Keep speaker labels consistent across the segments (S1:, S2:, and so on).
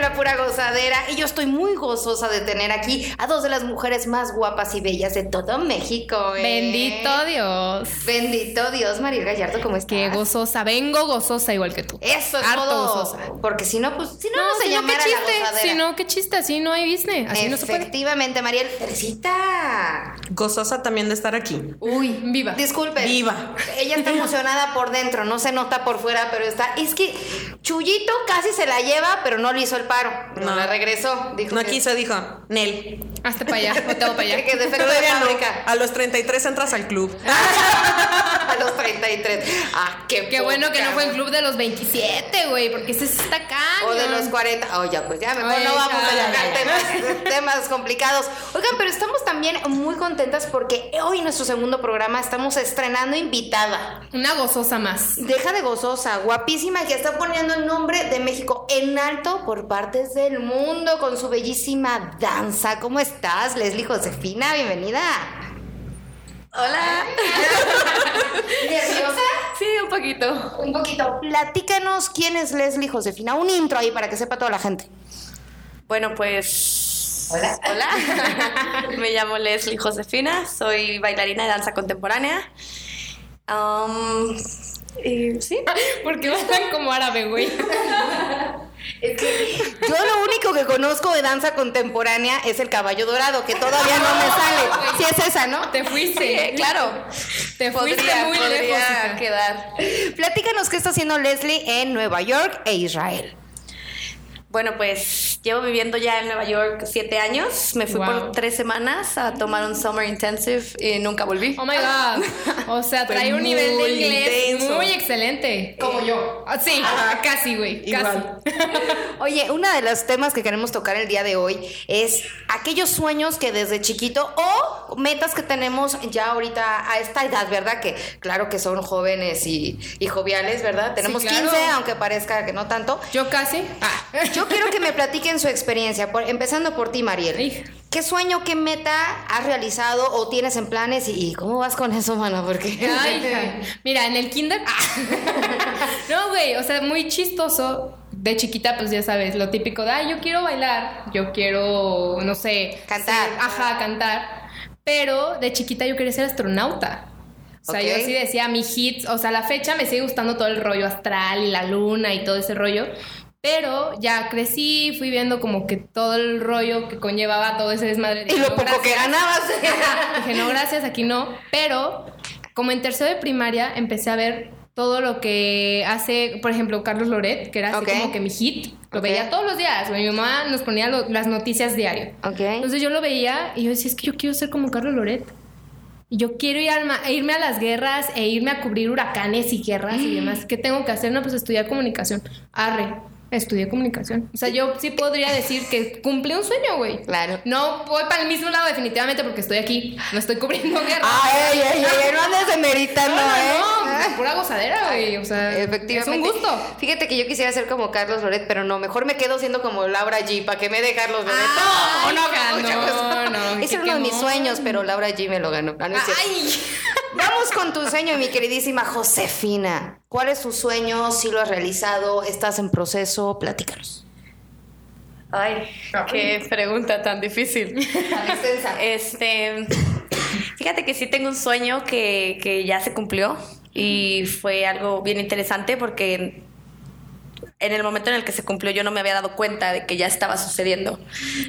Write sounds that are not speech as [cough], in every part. S1: la pura gozadera y yo estoy muy gozosa de tener aquí a dos de las mujeres más guapas y bellas de todo México. ¿eh?
S2: Bendito Dios.
S1: Bendito Dios, María Gallardo, ¿cómo estás?
S2: Qué gozosa, vengo gozosa igual que tú.
S1: Eso es
S2: Harto
S1: todo.
S2: gozosa.
S1: Porque si no, pues si no, no, se
S2: si no, qué
S1: llamara la
S2: chiste,
S1: gozadera.
S2: si no, qué chiste, así no hay business, así no se puede.
S1: Efectivamente, Mariel. Teresita.
S3: Gozosa también de estar aquí.
S2: Uy, viva.
S1: Disculpe.
S3: Viva.
S1: Ella está emocionada por dentro, no se nota por fuera, pero está. Es que Chuyito casi se la lleva, pero no le hizo el paro. No,
S3: No.
S1: la regresó. Dijo
S3: No
S1: que-
S3: quiso, dijo, Nel.
S2: Hazte para
S1: [laughs]
S2: allá, o te hago para
S1: que,
S2: allá.
S1: que defecto de
S3: Todavía no.
S1: fábrica.
S3: A los 33 entras al club.
S1: [laughs] A los 33. Ah, qué,
S2: Qué bueno que no
S1: poca.
S2: fue el club de los 27, güey, porque ese sí está cañón.
S1: O de los 40. Oye, pues ya mejor
S2: Oye,
S1: no vamos
S2: ya,
S1: a tocar
S2: ya,
S1: temas, temas complicados. Oigan, pero estamos también muy contentas porque hoy, nuestro segundo programa, estamos estrenando invitada.
S2: Una gozosa más.
S1: Deja de gozosa, guapísima, que está poniendo el nombre de México en alto por partes del mundo con su bellísima danza. ¿Cómo estás, Leslie Josefina? Bienvenida. Hola. [laughs] ¿Nerviosa?
S2: Sí, un poquito. [laughs]
S1: Un poquito. Platícanos quién es Leslie Josefina. Un intro ahí para que sepa toda la gente.
S4: Bueno, pues
S1: Hola.
S4: hola. Me llamo Leslie Josefina, soy bailarina de danza contemporánea. Am, y sí,
S2: Porque no tan como árabe, güey.
S1: Yo lo único que conozco de danza contemporánea es el caballo dorado, que todavía no me sale. Si es esa, ¿no?
S2: Te fuiste.
S4: eh, claro.
S2: Te fuiste
S4: Podría,
S2: muy
S4: podría
S2: lejos. hija.
S4: quedar.
S1: Platícanos qué está haciendo Leslie en Nueva York e Israel.
S4: Bueno, pues llevo viviendo ya en Nueva York siete años. Me fui
S2: Wow.
S4: por tres semanas a tomar un summer intensive y nunca volví.
S2: Oh my god. O sea,
S3: Fue
S2: trae un
S3: muy
S2: nivel de inglés
S3: intenso.
S2: muy excelente. Como yo. Sí, casi, güey. Casi.
S3: Igual.
S1: Oye, uno de los temas que queremos tocar el día de hoy es aquellos sueños que desde chiquito o metas que tenemos ya ahorita a esta edad, ¿verdad? Que claro que son jóvenes y, y joviales, ¿verdad? Tenemos
S2: claro.
S1: 15, aunque parezca que no tanto.
S2: [laughs] Yo casi. Ah.
S1: Yo quiero que me platiquen su experiencia, por- empezando por ti, Mariel.
S2: Hija.
S1: ¿Qué sueño, qué meta has realizado o tienes en planes? ¿Y, y cómo vas con eso, mano? Porque...
S2: Ay,
S1: [laughs]
S2: hija. Mira, en el kinder. Ah. [laughs] No, güey. O sea, muy chistoso. De chiquita, pues ya sabes, lo típico de, ay, yo quiero bailar, yo quiero, no sé.
S1: Cantar.
S2: ser- ajá, cantar. Pero de chiquita yo quería ser astronauta. O sea,
S1: Ok.
S2: yo sí decía mi hits, o sea, a la fecha me sigue gustando todo el rollo astral y la luna y todo ese rollo. Pero ya crecí, fui viendo como que todo el rollo que conllevaba todo ese desmadre.
S1: y
S2: Dije,
S1: lo
S2: no,
S1: poco que
S2: gracias.
S1: ganabas.
S2: [laughs] Dije, no, gracias, aquí no. Pero como en tercero de primaria empecé a ver todo lo que hace, por ejemplo, Carlos Loret, que era así
S1: Ok.
S2: como que mi hit. Lo
S1: Ok.
S2: veía todos los días. güey. Mi mamá nos ponía lo- las noticias diario.
S1: ok.
S2: Entonces yo lo veía y yo decía, es que yo quiero ser como Carlos Loret. Y Yo quiero ir al ma- e irme a las guerras e irme a cubrir huracanes y guerras y demás. ¿Qué tengo que hacer? No, pues estudiar comunicación. Arre, estudié comunicación. O sea, yo sí podría decir que cumplí un sueño, güey.
S1: Claro.
S2: No voy para el mismo lado definitivamente porque estoy aquí. No estoy cubriendo guerras.
S1: Ay, ay, ay, ay, no andes
S2: no,
S1: demeritando, ¿eh?
S2: no, pura gozadera, güey. O sea,
S1: Efectivamente.
S2: es un gusto.
S1: Fíjate que yo quisiera ser como Carlos Loret, pero no, mejor me quedo siendo como Laura G, para que me dé Carlos Loret.
S2: Ay,
S1: no,
S2: hija,
S1: mucha
S2: no,
S1: cosa.
S2: no,
S1: Ese era
S2: qué
S1: uno de mis
S2: quemón.
S1: sueños, pero Laura G me lo ganó. Ah, no es cierto.
S2: Ay.
S1: Vamos con tu sueño, mi queridísima Josefina. ¿Cuál es tu sueño? ¿Si lo has realizado? ¿Estás en proceso? Platícanos.
S4: Ay, qué pregunta tan difícil. Este, fíjate que sí tengo un sueño que, que ya se cumplió y fue algo bien interesante porque en el momento en el que se cumplió yo no me había dado cuenta de que ya estaba sucediendo.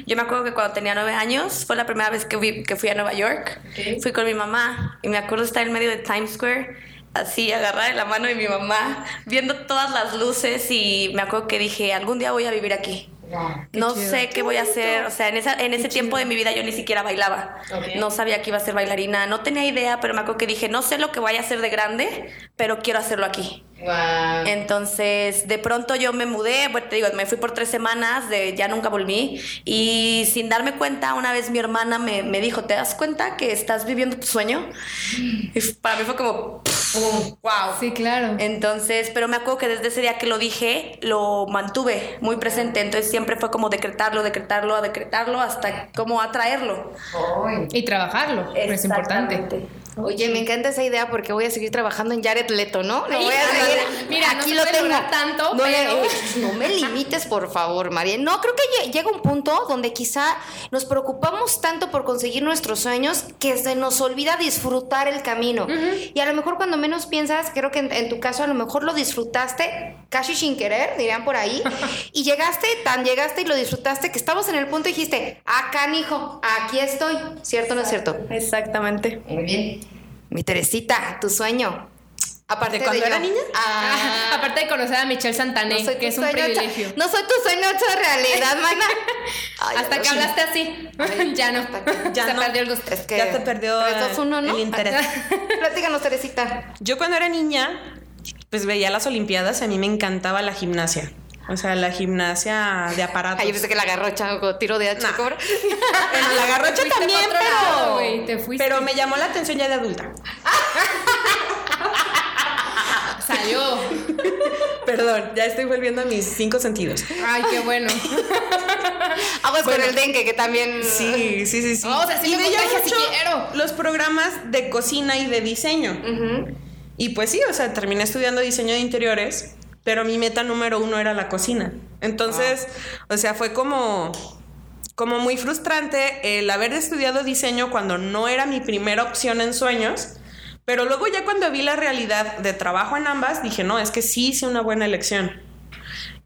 S4: Yo me acuerdo que cuando tenía nueve años fue la primera vez que, vi- que fui a Nueva York. Fui con mi mamá y me acuerdo estar en medio de Times Square, así agarrada de la mano de mi mamá, viendo todas las luces y me acuerdo que dije, algún día voy a vivir aquí. No
S2: chido.
S4: sé qué voy a hacer, o sea, en, esa- en ese tiempo de mi vida yo ni siquiera bailaba, no sabía que iba a ser bailarina, no tenía idea, pero me acuerdo que dije, no sé lo que voy a hacer de grande, pero quiero hacerlo aquí. Entonces, de pronto yo me mudé, bueno, te digo, me fui por tres semanas, de, ya nunca volví. Y sin darme cuenta, una vez mi hermana me, me dijo, ¿te das cuenta que estás viviendo tu sueño? Y f- para mí fue como, wow.
S2: Sí, claro.
S4: Entonces, pero me acuerdo que desde ese día que lo dije, lo mantuve muy presente. Entonces siempre fue como decretarlo, decretarlo, a decretarlo, hasta como atraerlo.
S2: Y trabajarlo, pero es importante.
S4: Exactamente.
S1: Oye, me encanta esa idea porque voy a seguir trabajando en Jared Leto, ¿no? No
S2: Ay,
S1: voy a
S2: ándale.
S1: seguir.
S2: Mira, no se puede lograr tanto,
S1: no, le-
S2: pero-
S1: eh, no me limites, por favor, María. No, creo que lle- llega un punto donde quizá nos preocupamos tanto por conseguir nuestros sueños que se nos olvida disfrutar el camino. Y a lo mejor cuando menos piensas, creo que en, en tu caso a lo mejor lo disfrutaste casi sin querer, dirían por
S2: [laughs]
S1: ahí, y llegaste, tan llegaste y lo disfrutaste que estabas en el punto y dijiste, acá, hijo, aquí estoy. ¿Cierto o no es cierto?
S4: Exactamente.
S1: Muy bien. Mi Teresita, tu sueño. Aparte
S3: ¿De cuando
S1: yo.
S3: era niña?
S1: Ah,
S2: Aparte de conocer a Michelle Santané, que es un
S1: sueño hecho-
S2: privilegio.
S1: no soy tu sueño hecho realidad, mana. Ay,
S2: Hasta
S1: Dios
S2: que
S1: mío.
S2: hablaste así. ya no. [laughs]
S3: Ya
S2: se
S3: no.
S2: perdió el gusto.
S1: Es que
S3: Ya te perdió
S1: tres, dos, uno, ¿no?
S3: el interés.
S1: Platícanos, Teresita.
S3: Yo cuando era niña, pues veía las Olimpiadas y a mí me encantaba la gimnasia. O sea, la gimnasia de aparatos.
S1: Ay, yo pensé que la agarró Chango, tiro de hacha,
S3: Nah.
S1: cobra.
S3: Bueno, la garrocha
S2: Fuiste
S3: también,
S2: pa' otro
S3: pero...
S2: lado, güey, te fuiste.
S3: Pero me llamó la atención ya de adulta.
S2: Salió.
S3: Perdón, ya estoy volviendo a mis cinco sentidos.
S2: Ay, qué bueno.
S1: [laughs] [laughs] Aguas con el dengue, que también.
S3: Sí, sí, sí, sí.
S2: Oh, o sea, sí
S3: Y
S2: me
S3: veía
S2: contagia si
S3: mucho
S2: quiero.
S3: Los programas de cocina y de diseño.
S1: Ujú.
S3: Y pues sí, o sea, terminé estudiando diseño de interiores, pero mi meta número uno era la cocina. Entonces, o sea, fue como, como muy frustrante el haber estudiado diseño cuando no era mi primera opción en sueños. Pero luego ya cuando vi la realidad de trabajo en ambas, dije, no, es que sí hice una buena elección.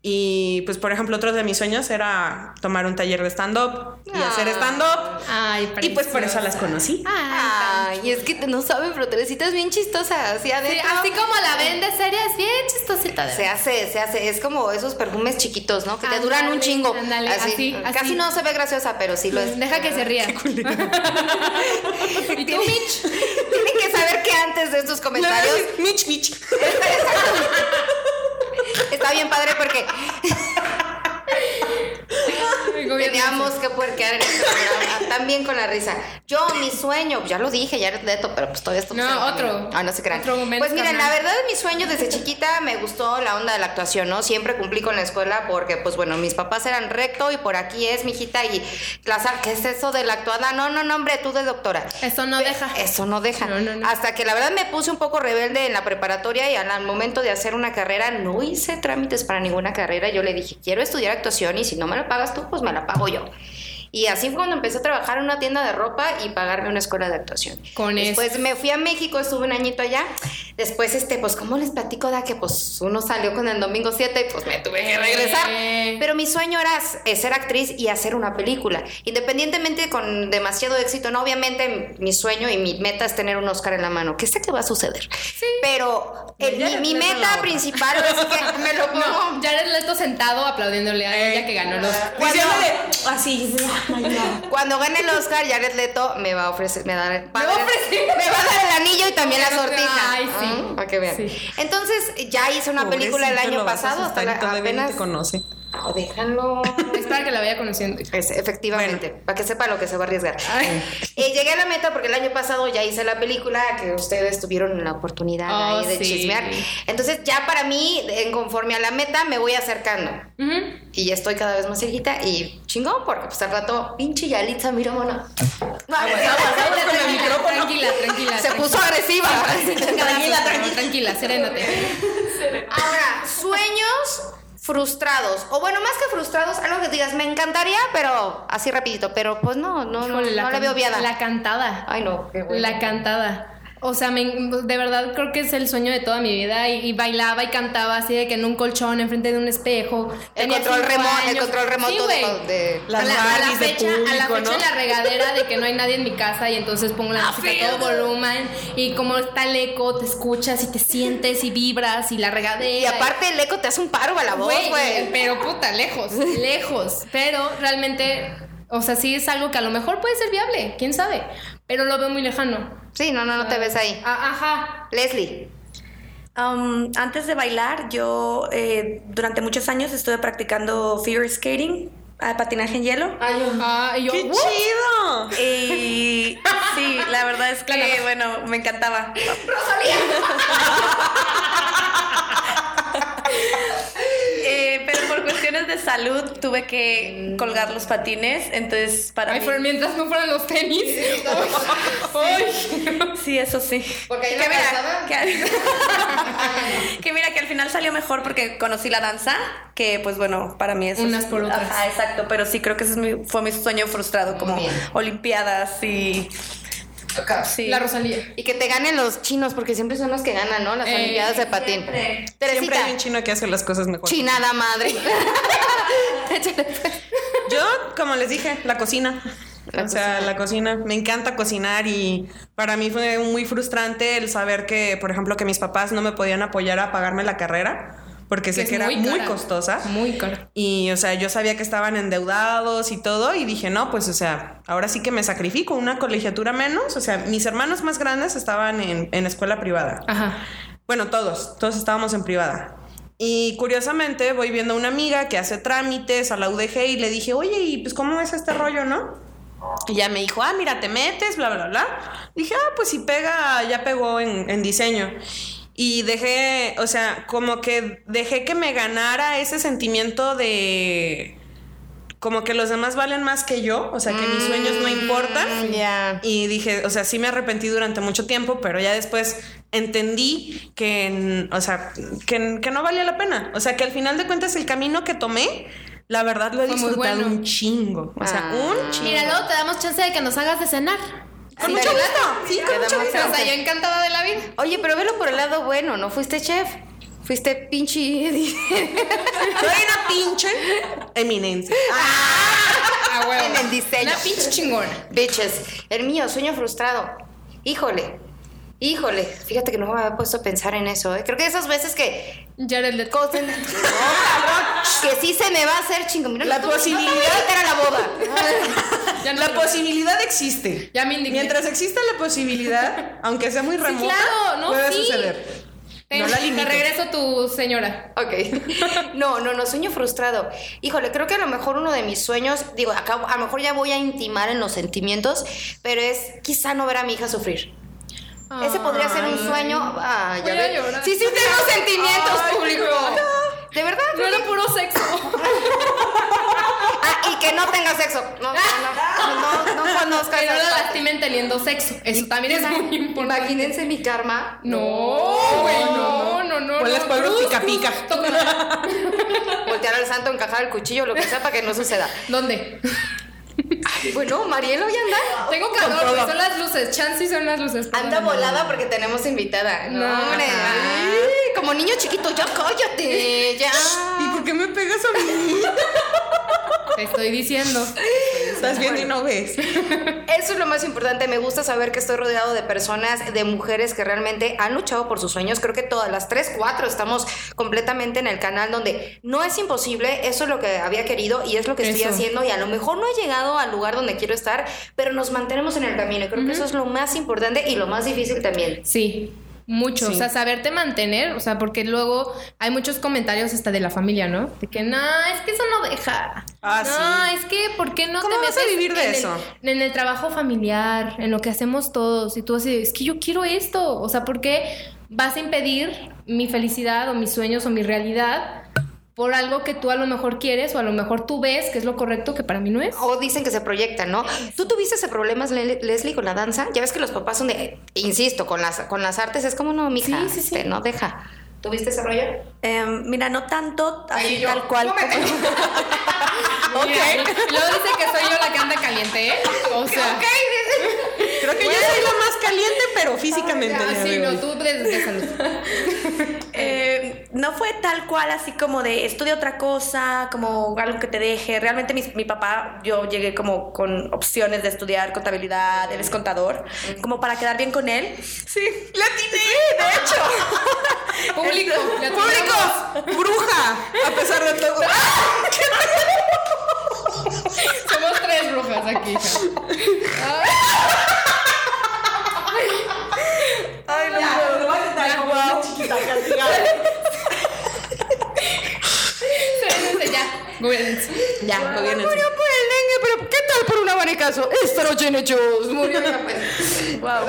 S3: Y pues, por ejemplo, otro de mis sueños era tomar un taller de stand-up y
S1: Ah.
S3: hacer stand-up.
S2: Ay,
S3: Y pues por eso las conocí.
S1: Ay, y es que no saben, pero Teresita es bien chistosa. Así
S2: Sí,
S1: adentro.
S2: así como la vende seria, es bien chistosita. de-
S1: Se hace, se hace, es como esos perfumes chiquitos, ¿no? Que te
S2: Ándale,
S1: duran un chingo.
S2: ándale, así, así.
S1: Casi no se ve graciosa, pero sí lo es.
S2: Deja que se ría. [laughs] ¿Y tú,
S1: [laughs] Tiene-
S2: Mitch?
S1: Tienen que saber que antes de
S2: [laughs]
S1: estos comentarios
S3: [laughs] Mitch, Mitch.
S1: [laughs] está bien padre porque
S2: El gobierno
S1: teníamos que puerquear en este programa también con la risa. Yo, mi sueño, ya lo dije, ya era neto, pero pues todavía estamos
S2: No,
S1: en el
S2: otro.
S1: camino. Ah, no se crean.
S2: Otro momento,
S1: Pues miren, la
S2: carnal.
S1: verdad, mi sueño desde chiquita me gustó la onda de la actuación, ¿no? Siempre cumplí con la escuela porque, pues bueno, mis papás eran recto y por aquí es, mijita, y clase, ¿qué es eso de la actuada? No, no, no, hombre, tú de doctora.
S2: dice, Eso no deja.
S1: Eso no deja.
S2: No, no, no.
S1: Hasta que la verdad me puse un poco rebelde en la preparatoria y al, al momento de hacer una carrera no hice trámites para ninguna carrera. Yo le dije, quiero estudiar actuación y si no me la pagas tú, pues me la pago yo. Y así fue cuando empecé a trabajar en una tienda de ropa y pagarme una escuela de actuación.
S2: Con eso.
S1: Después me fui a México, estuve un añito allá. Después, este, pues, ¿cómo les platico? Da que pues uno salió con el domingo 7 y pues me tuve que regresar.
S2: Sí.
S1: Pero mi sueño era s- eh, ser actriz y hacer una película. Independientemente con demasiado éxito, no, obviamente m- mi sueño y mi meta es tener un Oscar en la mano, que sé que va a suceder. Pero el-
S3: Ya
S1: mi-
S3: le
S1: mi,
S3: prendo la
S1: meta
S3: otra.
S1: principal es que me lo pongo.
S2: No, Jared Leto sentado aplaudiéndole a ella que ganó los.
S1: Cuando-
S3: Diciéndole así.
S1: Cuando gane el Oscar, Jared Leto me va a ofrecer, me, da- va a
S2: Me va a
S1: dar-
S2: ofrecer.
S1: me va a dar el anillo y también la
S2: Ay,
S1: sortija.
S2: sí.
S1: Ah, para que vean.
S2: Sí.
S1: Entonces, ya hice una película el año pasado, hasta la- apenas.
S3: te conoce.
S1: Oh, déjalo.
S2: Es para que la vaya conociendo.
S1: Es- efectivamente, para que sepa lo que se va a arriesgar. [laughs] Eh, llegué a la meta porque el año pasado ya hice la película que ustedes tuvieron la oportunidad
S2: Oh,
S1: ahí de
S2: sí.
S1: chismear. Entonces, ya para mí, en conforme a la meta, me voy acercando.
S2: Ujú.
S1: Y ya estoy cada vez más cerquita y chingón, porque pues al rato, pinche Yalitza, mira,
S2: Ah,
S1: mona. No,
S2: Tranquila, Tranquila, tranquila.
S1: se puso agresiva.
S2: [laughs]
S1: [laughs]
S2: Tranquila, tranquila. Tranquila, serénate.
S1: Ahora, sueños frustrados. O bueno, más que frustrados, algo que digas, me encantaría, pero así rapidito. Pero pues no, no, no,
S2: Híjole, la
S1: no la
S2: can-
S1: veo viada.
S2: La cantada.
S1: Ay, no, qué bueno.
S2: La cantada. O sea, me- pues, de verdad creo que es el sueño de toda mi vida. Y, y bailaba y cantaba así de que en un colchón, enfrente de un espejo.
S1: El
S2: Tenía
S1: control
S2: cinco
S1: remo- el
S2: años.
S1: control remoto
S2: Sí,
S1: de-
S2: güey.
S1: de-
S2: a la, a la
S3: rallies de
S2: fecha, a la
S3: público,
S2: fecha
S3: ¿no?
S2: en la regadera de que no hay nadie en mi casa y entonces pongo la música a todo volumen y como está el eco, te escuchas y te sientes y vibras y la regadera.
S1: Y aparte el eco te hace un paro a la voz,
S2: Güey, eh,
S1: güey.
S2: Pero puta, lejos, [laughs] lejos. Pero realmente, o sea, sí es algo que a lo mejor puede ser viable, quién sabe. Pero lo veo muy lejano.
S1: Sí, no, no, no te ves ahí.
S2: A- ajá.
S1: Leslie.
S4: Um, antes de bailar, yo eh, durante muchos años estuve practicando figure skating, ah, patinaje en hielo.
S2: Ah, y yo,
S3: ¡Qué
S2: "What?".
S3: chido!
S4: Y sí, la verdad es que, bueno, me encantaba. [laughs] Eh, pero por cuestiones de salud tuve que colgar los patines, entonces para
S2: Mm. Ay,
S4: mí...
S2: fueron mientras no fueran los tenis. [laughs] Ay.
S4: Sí, eso sí.
S1: Porque ahí
S4: que,
S1: no
S4: mira,
S1: calzaba.
S4: [laughs] que, que mira, que al final salió mejor porque conocí la danza, que pues bueno, para mí es...
S2: Unas por otras.
S4: Ajá, exacto, pero sí creo que ese es mi- fue mi sueño frustrado, como
S1: bien.
S4: olimpiadas y... Sí.
S2: La Rosalía.
S1: Y que te ganen los chinos, porque siempre son los que ganan, ¿no? Las
S2: Eh,
S1: olimpiadas de patín.
S4: siempre.
S1: Teresita,
S3: Siempre hay un chino que hace las cosas mejor.
S1: chinada madre. Échale.
S3: Yo, como les dije, la cocina.
S1: La
S3: o sea,
S1: cocina.
S3: la cocina. Me encanta cocinar y para mí fue muy frustrante el saber que, por ejemplo, que mis papás no me podían apoyar a pagarme la carrera porque sé
S2: es
S3: que era muy
S2: cara.
S3: costosa.
S2: Muy cara.
S3: Y, o sea, yo sabía que estaban endeudados y todo, y dije, no, pues, o sea, ahora sí que me sacrifico, una colegiatura menos. O sea, mis hermanos más grandes estaban en, en escuela privada.
S2: Ajá.
S3: Bueno, todos, todos estábamos en privada. Y curiosamente voy viendo a una amiga que hace trámites a la UDG y le dije, oye, ¿y pues cómo es este rollo, no? Y ya me dijo, ah, mira, te metes, bla, bla, bla. Dije, ah, pues si pega, ya pegó en, en diseño. Y dejé, o sea, como que dejé que me ganara ese sentimiento de... Como que los demás valen más que yo, o sea, [laughs] que mis sueños no importan.
S1: Mm, ya.
S3: Y dije, o sea, sí me arrepentí durante mucho tiempo, pero ya después entendí que, n- o sea, que, que no valía la pena. O sea, que al final de cuentas el camino que tomé, la verdad lo he
S2: Fue muy
S3: disfrutado
S2: bueno.
S3: un chingo. O sea,
S1: Ah.
S3: un chingo.
S2: Mira, luego te damos chance de que nos hagas de cenar.
S3: Con
S1: Sí,
S3: mucho
S1: ¿verdad?
S3: gusto. Sí,
S1: Te
S3: con mucho
S1: damos
S3: gusto.
S1: chance.
S2: O sea, yo encantada de la vida.
S1: Oye, pero velo por el lado bueno, ¿no? Fuiste chef. Fuiste pinche. [laughs]
S3: [laughs] Soy una pinche eminencia.
S2: A Ah, huevo.
S1: En el diseño.
S2: Una pinche chingona.
S1: Bitches. El mío, sueño frustrado. Híjole. Híjole. Fíjate que no me había puesto a pensar en eso, ¿eh? Creo que esas veces que.
S2: Jared Leto.
S1: cosas-
S2: [laughs]
S1: No, cabrón. Que sí se me va a hacer chingo. Mira,
S3: La
S1: no te voy-
S3: posibilidad-
S1: No te voy a invitar a la
S2: [laughs]
S1: boda.
S2: [laughs] Ya no
S3: la
S2: te-
S3: posibilidad existe.
S2: Ya me indigné.
S3: Mientras exista la posibilidad, aunque sea muy remota,
S2: claro, no,
S3: puede
S2: sí.
S3: suceder.
S2: Ten,
S3: no la
S2: te
S3: limites.
S2: regreso tu señora.
S1: Ok. No, no, no, sueño frustrado. Híjole, creo que a lo mejor uno de mis sueños, digo, acá a lo mejor ya voy a intimar en los sentimientos, pero es quizá no ver a mi hija sufrir. Ese podría ser un
S2: Ay.
S1: sueño. Ah,
S2: Voy
S1: ya
S2: a
S1: ves.
S2: llorar.
S1: Sí, sí, tengo sentimientos,
S2: Ay,
S1: público.
S2: no.
S1: De verdad.
S2: No era puro
S1: [coughs]
S2: sexo.
S1: Ah, y que no tenga sexo. No, no, no, no, Pues no conozca
S2: Pero no la
S1: esas partes.
S2: lastimen teniendo sexo. Eso también es muy importante.
S1: Imagínense mi karma. Oh,
S2: No, güey, no, no, no.
S3: Con
S2: no.
S3: las palmas
S2: Cruz,
S3: pica, pica.
S2: cruz, tócala.
S1: Voltear al santo, encajar el cuchillo, lo que sea, para que no suceda. [laughs]
S2: ¿Dónde?
S1: Bueno, Marielo, ya anda.
S2: Tengo calor, güey, son las luces. Chancy son las luces.
S1: Anda
S2: perdóname.
S1: volada porque tenemos invitada. No,
S2: No,
S1: hombre.
S2: ajá.
S1: Ay, Como niño chiquito, ya cállate. Ya.
S3: ¿Y por qué me pegas
S2: [laughs]
S3: a mí?
S2: Te estoy diciendo.
S3: Estás viendo y no ves.
S1: Eso es lo más importante. Me gusta saber que estoy rodeado de personas, de mujeres que realmente han luchado por sus sueños. Creo que todas las tres, cuatro estamos completamente en el canal donde no es imposible. Eso es lo que había querido y es lo que estoy
S2: Eso.
S1: haciendo. Y a lo mejor no he llegado al lugar donde quiero estar, pero nos mantenemos en el camino. Y creo que eso es lo más importante y lo más difícil también.
S2: Sí, mucho. O sea, saberte mantener, o sea, porque luego hay muchos comentarios hasta de la familia, ¿no? De que, no, es que es una oveja.
S3: Ah,
S2: no,
S3: sí.
S2: es que, ¿por qué no
S3: ¿Cómo
S2: te
S3: vas a
S2: metes
S3: vivir de
S2: en el-
S3: eso?
S2: en el trabajo familiar, en lo que hacemos todos. Y tú así, de, es que yo quiero esto. O sea, ¿por qué vas a impedir mi felicidad o mis sueños o mi realidad por algo que tú a lo mejor quieres o a lo mejor tú ves que es lo correcto que para mí no es?
S1: O dicen que se proyectan, ¿no? ¿Tú tuviste ese problema, Le- Leslie, con la danza? Ya ves que los papás son de, eh, insisto, con las, con las artes es como, no, mija,
S2: Sí, sí, sí.
S1: este, no deja. ¿Tuviste ese rollo?
S4: Em, mira, no tanto así tal cual.
S2: [laughs]
S4: [laughs]
S2: Ok. Luego dice que soy yo la que anda caliente, ¿eh? O sea,
S3: Creo que yo soy la más caliente, pero físicamente. el día
S2: así
S3: de hoy.
S2: no, tú desde de salud.
S4: Eh, no fue tal cual así como de estudia otra cosa, como algo que te deje. Realmente mi, mi papá, yo llegué como con opciones de estudiar contabilidad, él es contador, como para quedar bien con él. Sí, la tiene, de hecho.
S2: Público, ya te
S3: ¡Público! ¡Bruja! A pesar de todo.
S2: veo. Somos tres brujas aquí. hija.
S3: Ay, no puedo.
S2: Espérense ya. Gobernanza.
S1: Ya, por
S3: Murió
S1: el dengue, pero ¿qué tal por un abanicazo? Estarochen hechos. Murió ya, pues.
S4: Wow.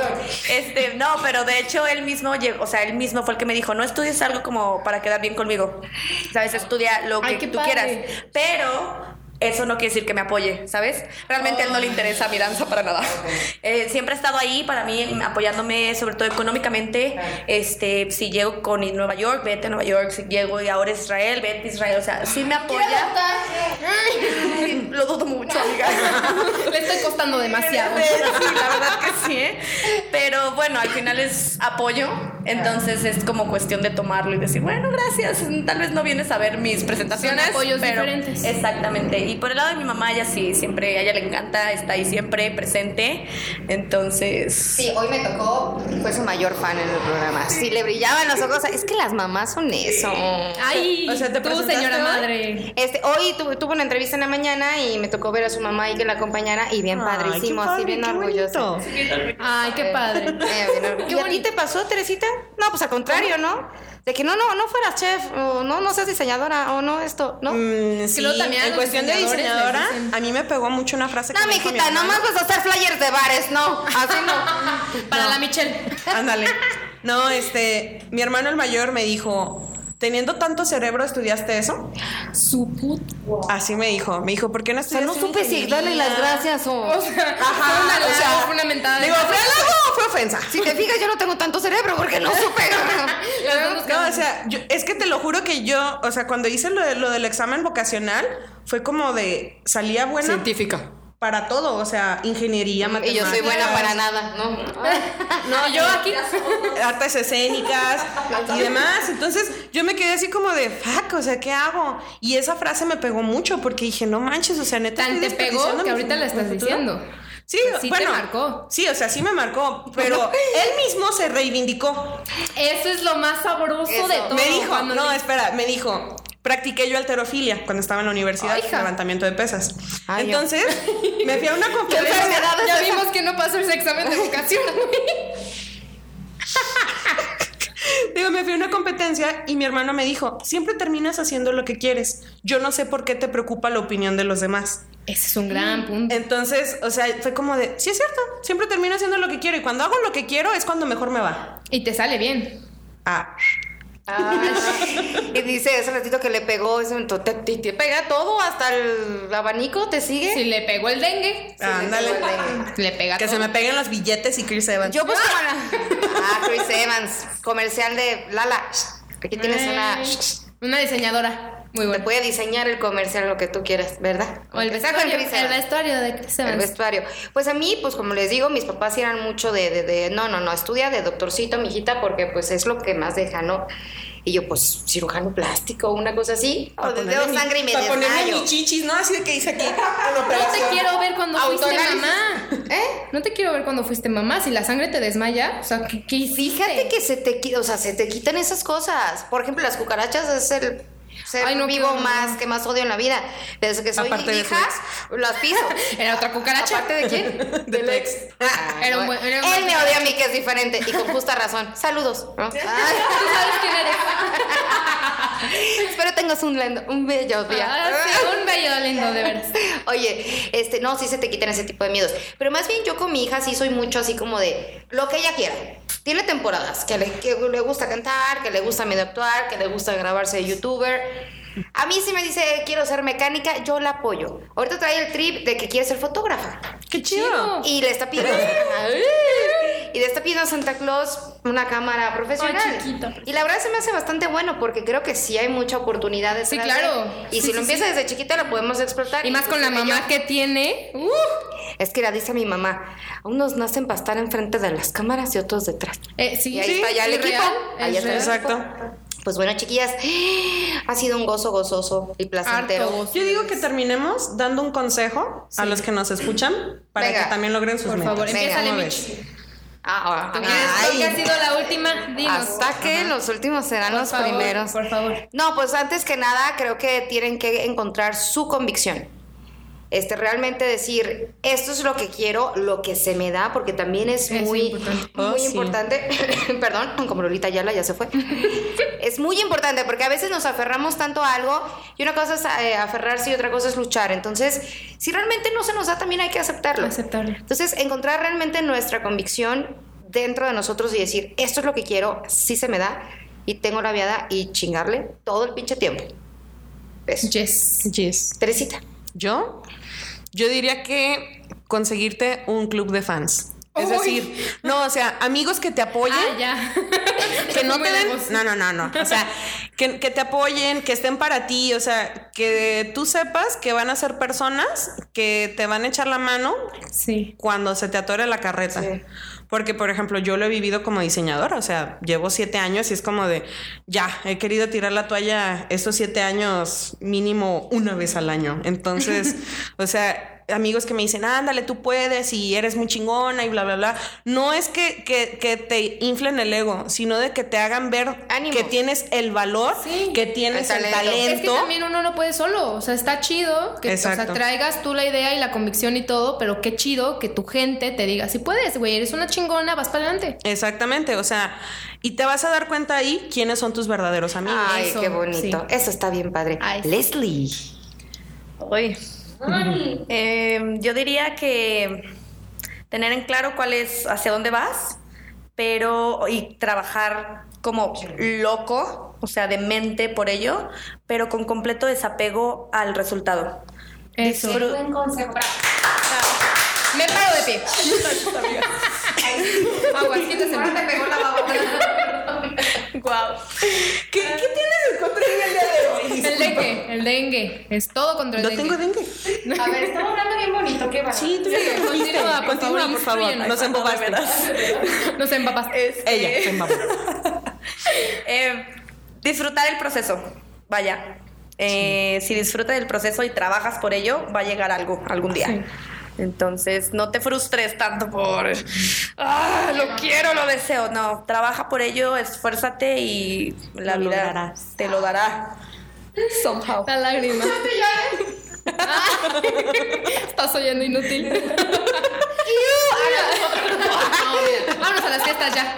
S4: Este, no, pero de hecho él mismo, lle- o sea, él mismo fue el que me dijo, no estudies algo como para quedar bien conmigo. Sabes, estudia lo que
S2: Ay, qué
S4: tú
S2: padre.
S4: quieras. Pero eso no quiere decir que me apoye, ¿sabes? Realmente a él no le interesa mi danza para nada. Eh, siempre ha estado ahí para mí, apoyándome, sobre todo económicamente. Este, si llego con Nueva York, vete a Nueva York. Si llego y ahora a Israel, vete a Israel. O sea, sí me apoya. [laughs] Lo dudo
S2: [laughs]
S4: mucho, amiga.
S2: Le estoy costando demasiado.
S4: Sí,
S2: [laughs]
S4: la verdad que sí, ¿eh? Pero bueno, al final es apoyo, entonces es como cuestión de tomarlo y decir, bueno, gracias, tal vez no vienes a ver mis presentaciones.
S2: Son apoyos
S4: pero
S2: diferentes.
S4: Exactamente. Y por el lado de mi mamá, ella sí, siempre, a ella le encanta, está ahí siempre presente, entonces...
S1: Sí, hoy me tocó, fue su mayor fan en el programa. Sí, le brillaban los ojos. Es que las mamás son eso.
S2: Ay,
S3: O sea, ¿te
S2: tú,
S3: presentaste
S2: señora
S3: hoy?
S2: madre.
S1: Este, hoy tu- tuve una entrevista en la mañana y me tocó ver a su mamá y que la acompañara y bien
S3: Ay, qué
S1: padrísimo, así
S3: padre,
S1: bien
S3: qué
S1: orgulloso.
S3: bonito.
S2: Ay, qué padre.
S1: Eh, bien
S2: [laughs]
S1: orgulloso. ¿Y a ti
S2: bonito.
S1: te pasó, Teresita? No, pues al contrario, ¿no? De que no, no, no fueras chef, o no, no seas diseñadora, o no esto, ¿no?
S3: Mm, sí,
S2: luego también a
S3: en
S2: los
S3: cuestión de
S2: diseñadores les
S3: diseñadora,
S2: dicen-
S3: a mí me pegó mucho una frase
S1: No,
S3: que me dijo mi
S1: mijita,
S3: hermano.
S1: nomás vas a hacer flyers de bares, no. Así no.
S2: [laughs] Para la Michelle.
S3: Ándale. No, este, mi hermano el mayor me dijo, teniendo tanto cerebro, ¿estudiaste eso?
S2: Su puta.
S3: Así me dijo. Me dijo, ¿por qué no
S1: O sea,
S3: estudiaste
S1: no supe si
S3: ingeniería?"
S1: darle las gracias o.
S2: O sea,
S1: Ajá,
S2: fue una
S1: o sea,
S2: halago, fue una mentada. de
S3: Digo,
S2: madre.
S3: ¿fue halago o fue ofensa?
S1: Si te fijas, yo no tengo tanto cerebro porque no supe.
S2: Las dos
S3: No,
S2: buscando.
S3: o sea, yo- es que te lo juro que yo, o sea, cuando hice lo, de- lo del examen vocacional, fue como de, salía buena. Científica. Para todo, o sea, ingeniería,
S1: Y
S3: matemáticas.
S1: yo soy buena para nada, ¿no?
S2: no, yo aquí.
S3: artes escénicas y demás. Entonces yo me quedé así como de, fuck, o sea, ¿qué hago? Y esa frase me pegó mucho porque dije, no manches, o sea, neta.
S2: Tan
S3: estoy
S2: te pegó
S3: desperdiciando
S2: que
S3: mi-
S2: ahorita la
S3: mi
S2: estás
S3: futuro".
S2: diciendo.
S3: Sí,
S2: Sí te
S3: bueno,
S2: marcó.
S3: Sí, o sea, sí me marcó,
S2: [laughs]
S3: pero él mismo se reivindicó.
S2: Eso es lo más sabroso
S1: Eso.
S2: de todo.
S3: me dijo,
S2: Oh, cuando
S3: no,
S2: te-
S3: espera, me dijo, practiqué yo alterofilia cuando estaba en la universidad,
S2: Ay, hija.
S3: levantamiento de pesas.
S1: Ay, yo.
S3: Entonces, me fui
S2: [laughs]
S3: a una conferencia.
S1: enfermedad es
S2: Ya
S1: esa?
S2: vimos que no pasó ese examen de vocación.
S3: Digo, me fui a una competencia y mi hermano me dijo, siempre terminas haciendo lo que quieres. Yo no sé por qué te preocupa la opinión de los demás.
S2: [laughs] Ese es un
S1: Mm.
S2: gran punto.
S3: Entonces, o sea, fue como de, sí es cierto, siempre termino haciendo lo que quiero y cuando hago lo que quiero es cuando mejor me va.
S2: Y te sale bien.
S3: Ah,
S1: Ay, [laughs] y dice ese ratito que le pegó, es un to- te, te- te pega todo, hasta el abanico te sigue.
S2: Si le pegó el dengue,
S3: ándale.
S2: le pega
S3: Que
S2: todo.
S3: se me peguen los billetes y Chris Evans.
S1: Yo pues como la- Ah, Chris Evans, comercial de Lala. Aquí tienes una.
S2: Ay, una diseñadora. Muy
S1: Te
S2: buena.
S1: puede diseñar el comercial lo que tú quieras, ¿verdad?
S2: O el
S1: Que sea con
S2: vestuario,
S1: Chris
S2: el
S1: Evans.
S2: vestuario de Chris
S1: El
S2: Evans.
S1: vestuario. Pues a mí, pues como les digo, mis papás sí eran mucho de, de, de, no, no, no, estudia de doctorcito, mijita, porque pues es lo que más deja, ¿no? Y yo, pues, cirujano plástico, una cosa así. O de dedo sangre y me
S3: Para ponerme
S1: desmayo.
S3: mis chichis, ¿no? Así de que dice aquí. una
S2: No
S3: operación.
S2: te
S3: [laughs]
S2: quiero ver cuando fuiste
S1: Autoanálisis.
S2: mamá.
S1: ¿Eh?
S2: No te quiero ver cuando fuiste mamá. Si la sangre te desmaya, o sea, ¿qué, qué hiciste?
S1: Fíjate que se te, qui- o sea, se te quitan esas cosas. Por ejemplo, las cucarachas es el ser
S2: Ay, no,
S1: vivo
S2: qué horror.
S1: más que más odio en la vida. Desde que soy
S3: Aparte de
S1: hija, las piso.
S2: [laughs] Era otra cucaracha.
S1: ¿Aparte de quién?
S3: Del ex.
S1: Ay,
S2: Era un
S1: bueno.
S2: buen- era un buen
S1: Ah, Él me odia a mí, que es diferente, y con justa razón. Saludos. ¿no? Ay.
S2: Tú sabes quién eres.
S1: [laughs] Espero tengas un, lindo- un bello día.
S2: [laughs] Ah, sí, un bello lindo, de veras.
S1: [laughs] Oye, este, no, sí se te quitan ese tipo de miedos. Pero más bien yo con mi hija sí soy mucho así como de lo que ella quiera. Tiene temporadas, que le, que le gusta cantar, que le gusta medio actuar, que le gusta grabarse de youtuber. A mí si me dice quiero ser mecánica, yo la apoyo. Ahorita trae el trip de que quiere ser fotógrafa.
S3: Qué chido.
S2: Chido.
S1: Y le está pidiendo.
S2: [laughs]
S1: y le está pidiendo a Santa Claus una cámara profesional.
S2: Ay, chiquito.
S1: Y la verdad se me hace bastante bueno porque creo que sí hay mucha oportunidad detrás de
S2: Sí, claro.
S1: Y
S2: Sí,
S1: si lo
S2: sí,
S1: empieza desde chiquita la podemos explotar.
S2: Y más con la
S1: inclusive yo-
S2: mamá que tiene. Uh,
S1: Es que la dice mi mamá. Unos nacen para estar enfrente de las cámaras y otros detrás.
S2: eh, sí,
S1: Y ahí
S2: sí,
S1: está ya el
S2: es
S1: equipo.
S2: real,
S1: Ahí
S2: es
S1: está el
S2: real.
S3: Exacto.
S1: Pues bueno, chiquillas, [gasps] ha sido un gozo gozoso y placentero.
S2: gozo.
S3: Yo digo que terminemos dando un consejo a los que nos escuchan para
S1: Venga.
S3: que también logren sus
S2: Por
S3: metas.
S2: favor,
S1: Venga,
S2: empieza
S3: ¿Cómo
S2: Mitch.
S3: ves?
S1: Ah, ah,
S2: Tú
S1: ay.
S2: que ha sido la última, dinos.
S1: Hasta que los últimos serán
S2: Por
S1: los
S2: favor,
S1: primeros.
S2: Por favor.
S1: No, pues antes que nada creo que tienen que encontrar su convicción. Este, realmente decir, esto es lo que quiero, lo que se me da, porque también es,
S2: Es
S1: muy
S2: importante.
S1: muy
S3: Oh, sí.
S1: importante, [laughs] perdón, como Lolita Yala ya se fue, es muy importante porque a veces nos aferramos tanto a algo y una cosa es eh, aferrarse y otra cosa es luchar. Entonces, si realmente no se nos da, también hay que aceptarlo.
S2: Aceptarlo.
S1: Entonces, encontrar realmente nuestra convicción dentro de nosotros y decir, esto es lo que quiero, sí se me da y tengo la viada y chingarle todo el pinche tiempo. Eso.
S2: Yes.
S3: Yes.
S1: Teresita.
S3: ¿Yo? Yo diría que conseguirte un club de fans. Es
S2: Uy.
S3: decir, no, o sea, amigos que te apoyen.
S2: Ah, ya. [laughs]
S3: que no te den.
S2: Huevos.
S3: No, no, no, no. O sea, que, que te apoyen, que estén para ti. O sea, que tú sepas que van a ser personas que te van a echar la mano
S2: Sí.
S3: cuando se te atore la carreta.
S1: Sí.
S3: Porque, por ejemplo, yo lo he vivido como diseñadora, o sea, llevo siete años y es como de, ya, he querido tirar la toalla estos siete años mínimo una vez al año. Entonces, o sea, amigos que me dicen, ándale, tú puedes y eres muy chingona y bla, bla, bla. No es que, que- que te inflen el ego, sino de que te hagan ver
S1: Ánimo.
S3: que tienes el valor,
S2: Sí.
S3: que tienes
S1: El
S3: el
S1: talento.
S3: talento.
S2: Es que también uno no puede solo, o sea, está chido que o sea,
S3: Exacto.
S2: traigas tú la idea y la convicción y todo, pero qué chido que tu gente te diga, si puedes, güey, eres una chingona, vas para adelante.
S3: Exactamente, o sea, y te vas a dar cuenta ahí quiénes son tus verdaderos amigos.
S1: Ay,
S2: eso,
S1: qué bonito.
S2: sí.
S1: Eso está bien padre.
S2: Ay, sí.
S1: Leslie.
S4: Uy. Eh, yo diría que tener en claro cuál es, hacia dónde vas, pero y trabajar como loco, o sea, de mente por ello, pero con completo desapego al resultado.
S2: Eso.
S4: Disfru-
S2: Me paro de [laughs] pie. Aguas, quítese.
S4: Guau.
S3: ¿Qué, qué tienes en contra del día de hoy?
S2: El dengue, el dengue. Es todo contra el
S3: Yo
S2: dengue.
S3: tengo dengue.
S1: A ver, estamos hablando bien bonito. ¿Qué va?
S3: Sí, tú
S2: Sí, continúa, por
S3: Continúa,
S2: favor,
S3: por favor.
S2: instruyenos.
S3: Nos embobaste.
S2: Nos empapaste.
S4: Este-
S3: Ella se embobó.
S4: Eh, disfrutar el proceso, vaya. Eh, Si disfrutas del proceso y trabajas por ello, va a llegar algo algún día.
S2: Sí.
S4: Entonces, no te frustres tanto por, "Ah, lo quiero, lo deseo. No, trabaja por ello, esfuérzate y la
S3: Lo
S4: vida
S3: lograrás.
S4: te lo dará. Somehow.
S2: La lágrima. Ah, [laughs] Estás oyendo [laughs] inútil. No, mira, Vámonos a las fiestas ya.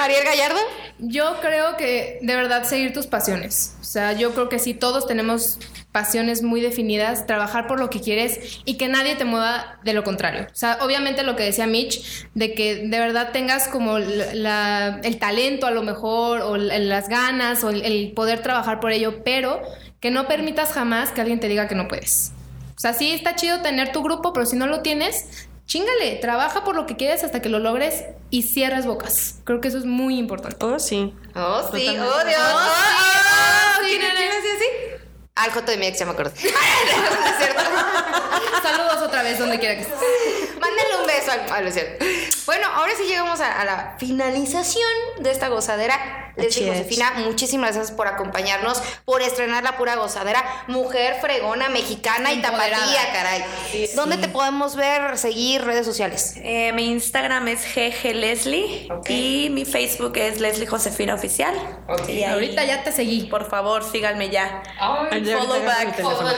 S1: Ariel Gallardo.
S2: Yo creo que de verdad seguir tus pasiones. O sea, yo creo que sí, todos tenemos pasiones muy definidas, trabajar por lo que quieres y que nadie te mueva de lo contrario. O sea, obviamente lo que decía Mitch, de que de verdad tengas como la- la- el talento a lo mejor, o la- las ganas, o el, el poder trabajar por ello, pero que no permitas jamás que alguien te diga que no puedes. O sea, sí está chido tener tu grupo, pero si no lo tienes, chingale, trabaja por lo que quieres hasta que lo logres y cierres bocas. Creo que eso es muy importante.
S3: Oh, sí.
S1: Oh, sí.
S3: Totalmente.
S1: Oh, Dios.
S2: Oh,
S1: Oh,
S2: sí,
S1: oh,
S2: oh,
S1: ¿Quién
S2: sí,
S1: quién
S2: nene.
S1: hacía así? Al Joto de mi ex, ya me acuerdo. [laughs] No es cierto.
S2: [laughs] Saludos otra vez donde quiera que estés.
S1: Mándenle un beso al, al- es cierto. Bueno, ahora sí llegamos a, a la finalización de esta gozadera. Les digo,
S3: Así es.
S1: Josefina, muchísimas gracias por acompañarnos, por estrenar la pura gozadera, mujer fregona, mexicana y
S2: Empoderada.
S1: tapatía, caray. ¿Dónde te podemos ver, seguir redes sociales?
S4: Eh, mi Instagram es GG Leslie
S1: Ok.
S4: y mi Facebook es Leslie Josefina Oficial.
S1: Ok.
S4: Y ahí,
S2: Ahorita ya te seguí.
S4: Por favor, síganme ya.
S3: Yo ahorita agarro
S4: follow back,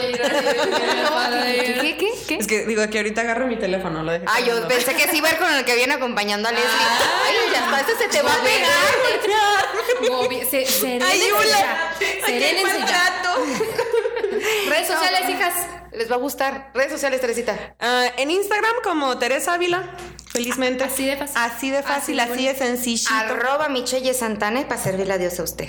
S3: mi teléfono.
S1: ¿Qué, qué, qué?
S3: Es que digo que ahorita agarro mi teléfono. Lo dejé
S1: Ah, yo
S3: cargando.
S1: pensé que sí iba a ir con el que viene acompañando a Leslie. Ay, ya está, este se te va a pegar.
S2: Gobi- se- serénense
S3: Ayúdala.
S2: ya. Serénense ya. Redes sociales, hijas.
S1: Les va a gustar. Redes sociales, Teresita.
S3: Ah, en Instagram como Teresa Ávila, felizmente.
S2: Así de fácil.
S3: Así de fácil,
S2: Así de
S3: así de sencillito.
S1: Arroba Michelle Santana para servirle a Dios a usted.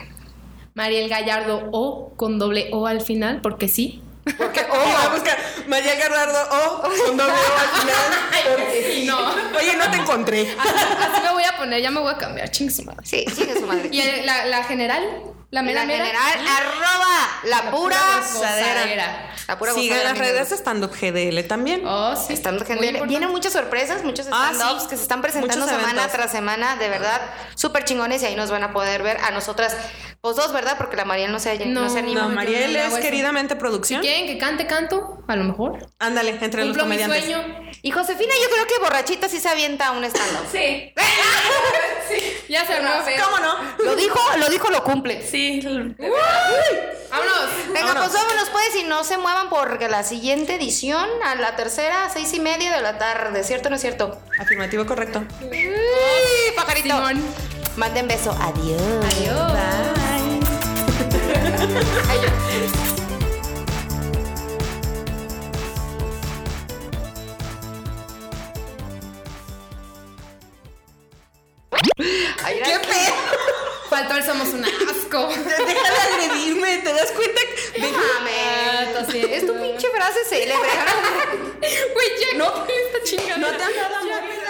S2: Mariel Gallardo O con doble O al final, porque sí.
S1: Porque,
S3: Y va a
S1: oh,
S3: buscar María Gardardo O con doble O al final. porque sí.
S2: [laughs] No. Ah,
S3: Oye, no te encontré.
S2: Así me voy a poner, ya me voy a cambiar, chingue su madre.
S1: sí, sigue su madre.
S2: Y el- la, la general, la mera
S1: la
S2: mera.
S1: general, arroba la pura
S2: gozadera.
S1: gozadera. La pura
S3: Sigan
S1: gozadera,
S3: las
S1: amigos.
S3: redes Stand Up GDL también.
S2: Oh, sí.
S1: Estando
S2: Muy
S1: genial.
S2: importante.
S1: Vienen muchas sorpresas, muchos
S3: Ah,
S1: stand-ups
S3: sí.
S1: que se están presentando
S3: Muchos
S1: semana
S3: eventos.
S1: tras semana, de verdad, súper chingones y ahí nos van a poder ver a nosotras, pues dos, ¿verdad? Porque la Mariel no se, no,
S2: No,
S1: se anima.
S3: No,
S2: yo
S3: Mariel
S2: no le
S3: es
S2: hago eso.
S3: queridamente producción.
S2: ¿Quieren que cante canto? A lo mejor.
S3: Ándale, entre los
S2: Cumplo mi
S3: comediantes.
S2: sueño. [laughs]
S1: Y Josefina, yo creo que borrachita sí se avienta a un stand-up.
S4: Sí.
S2: Ya se armó.
S3: ¿Cómo no?
S1: Lo dijo, lo dijo, lo cumple.
S4: Sí,
S2: Vámonos.
S1: Venga,
S3: Vámonos.
S1: pues vámonos pues y no se muevan porque la siguiente edición a la tercera, a seis y media de la tarde, ¿cierto o no es cierto?
S3: Afirmativo correcto.
S1: ¡Uy, pajarito!
S2: Simón.
S1: Manden beso. Adiós.
S2: Adiós.
S1: Ay,
S3: ¡Qué pedo!
S2: Faltó el somos un [laughs] asco.
S3: Deja de agredirme, ¿te das cuenta?
S1: [laughs]
S3: que- de-
S1: Ah, mames.
S2: Así
S1: é Es tu pinche frase célebre.
S2: Güey, ya. No, está chingada.
S3: No te han dado amor.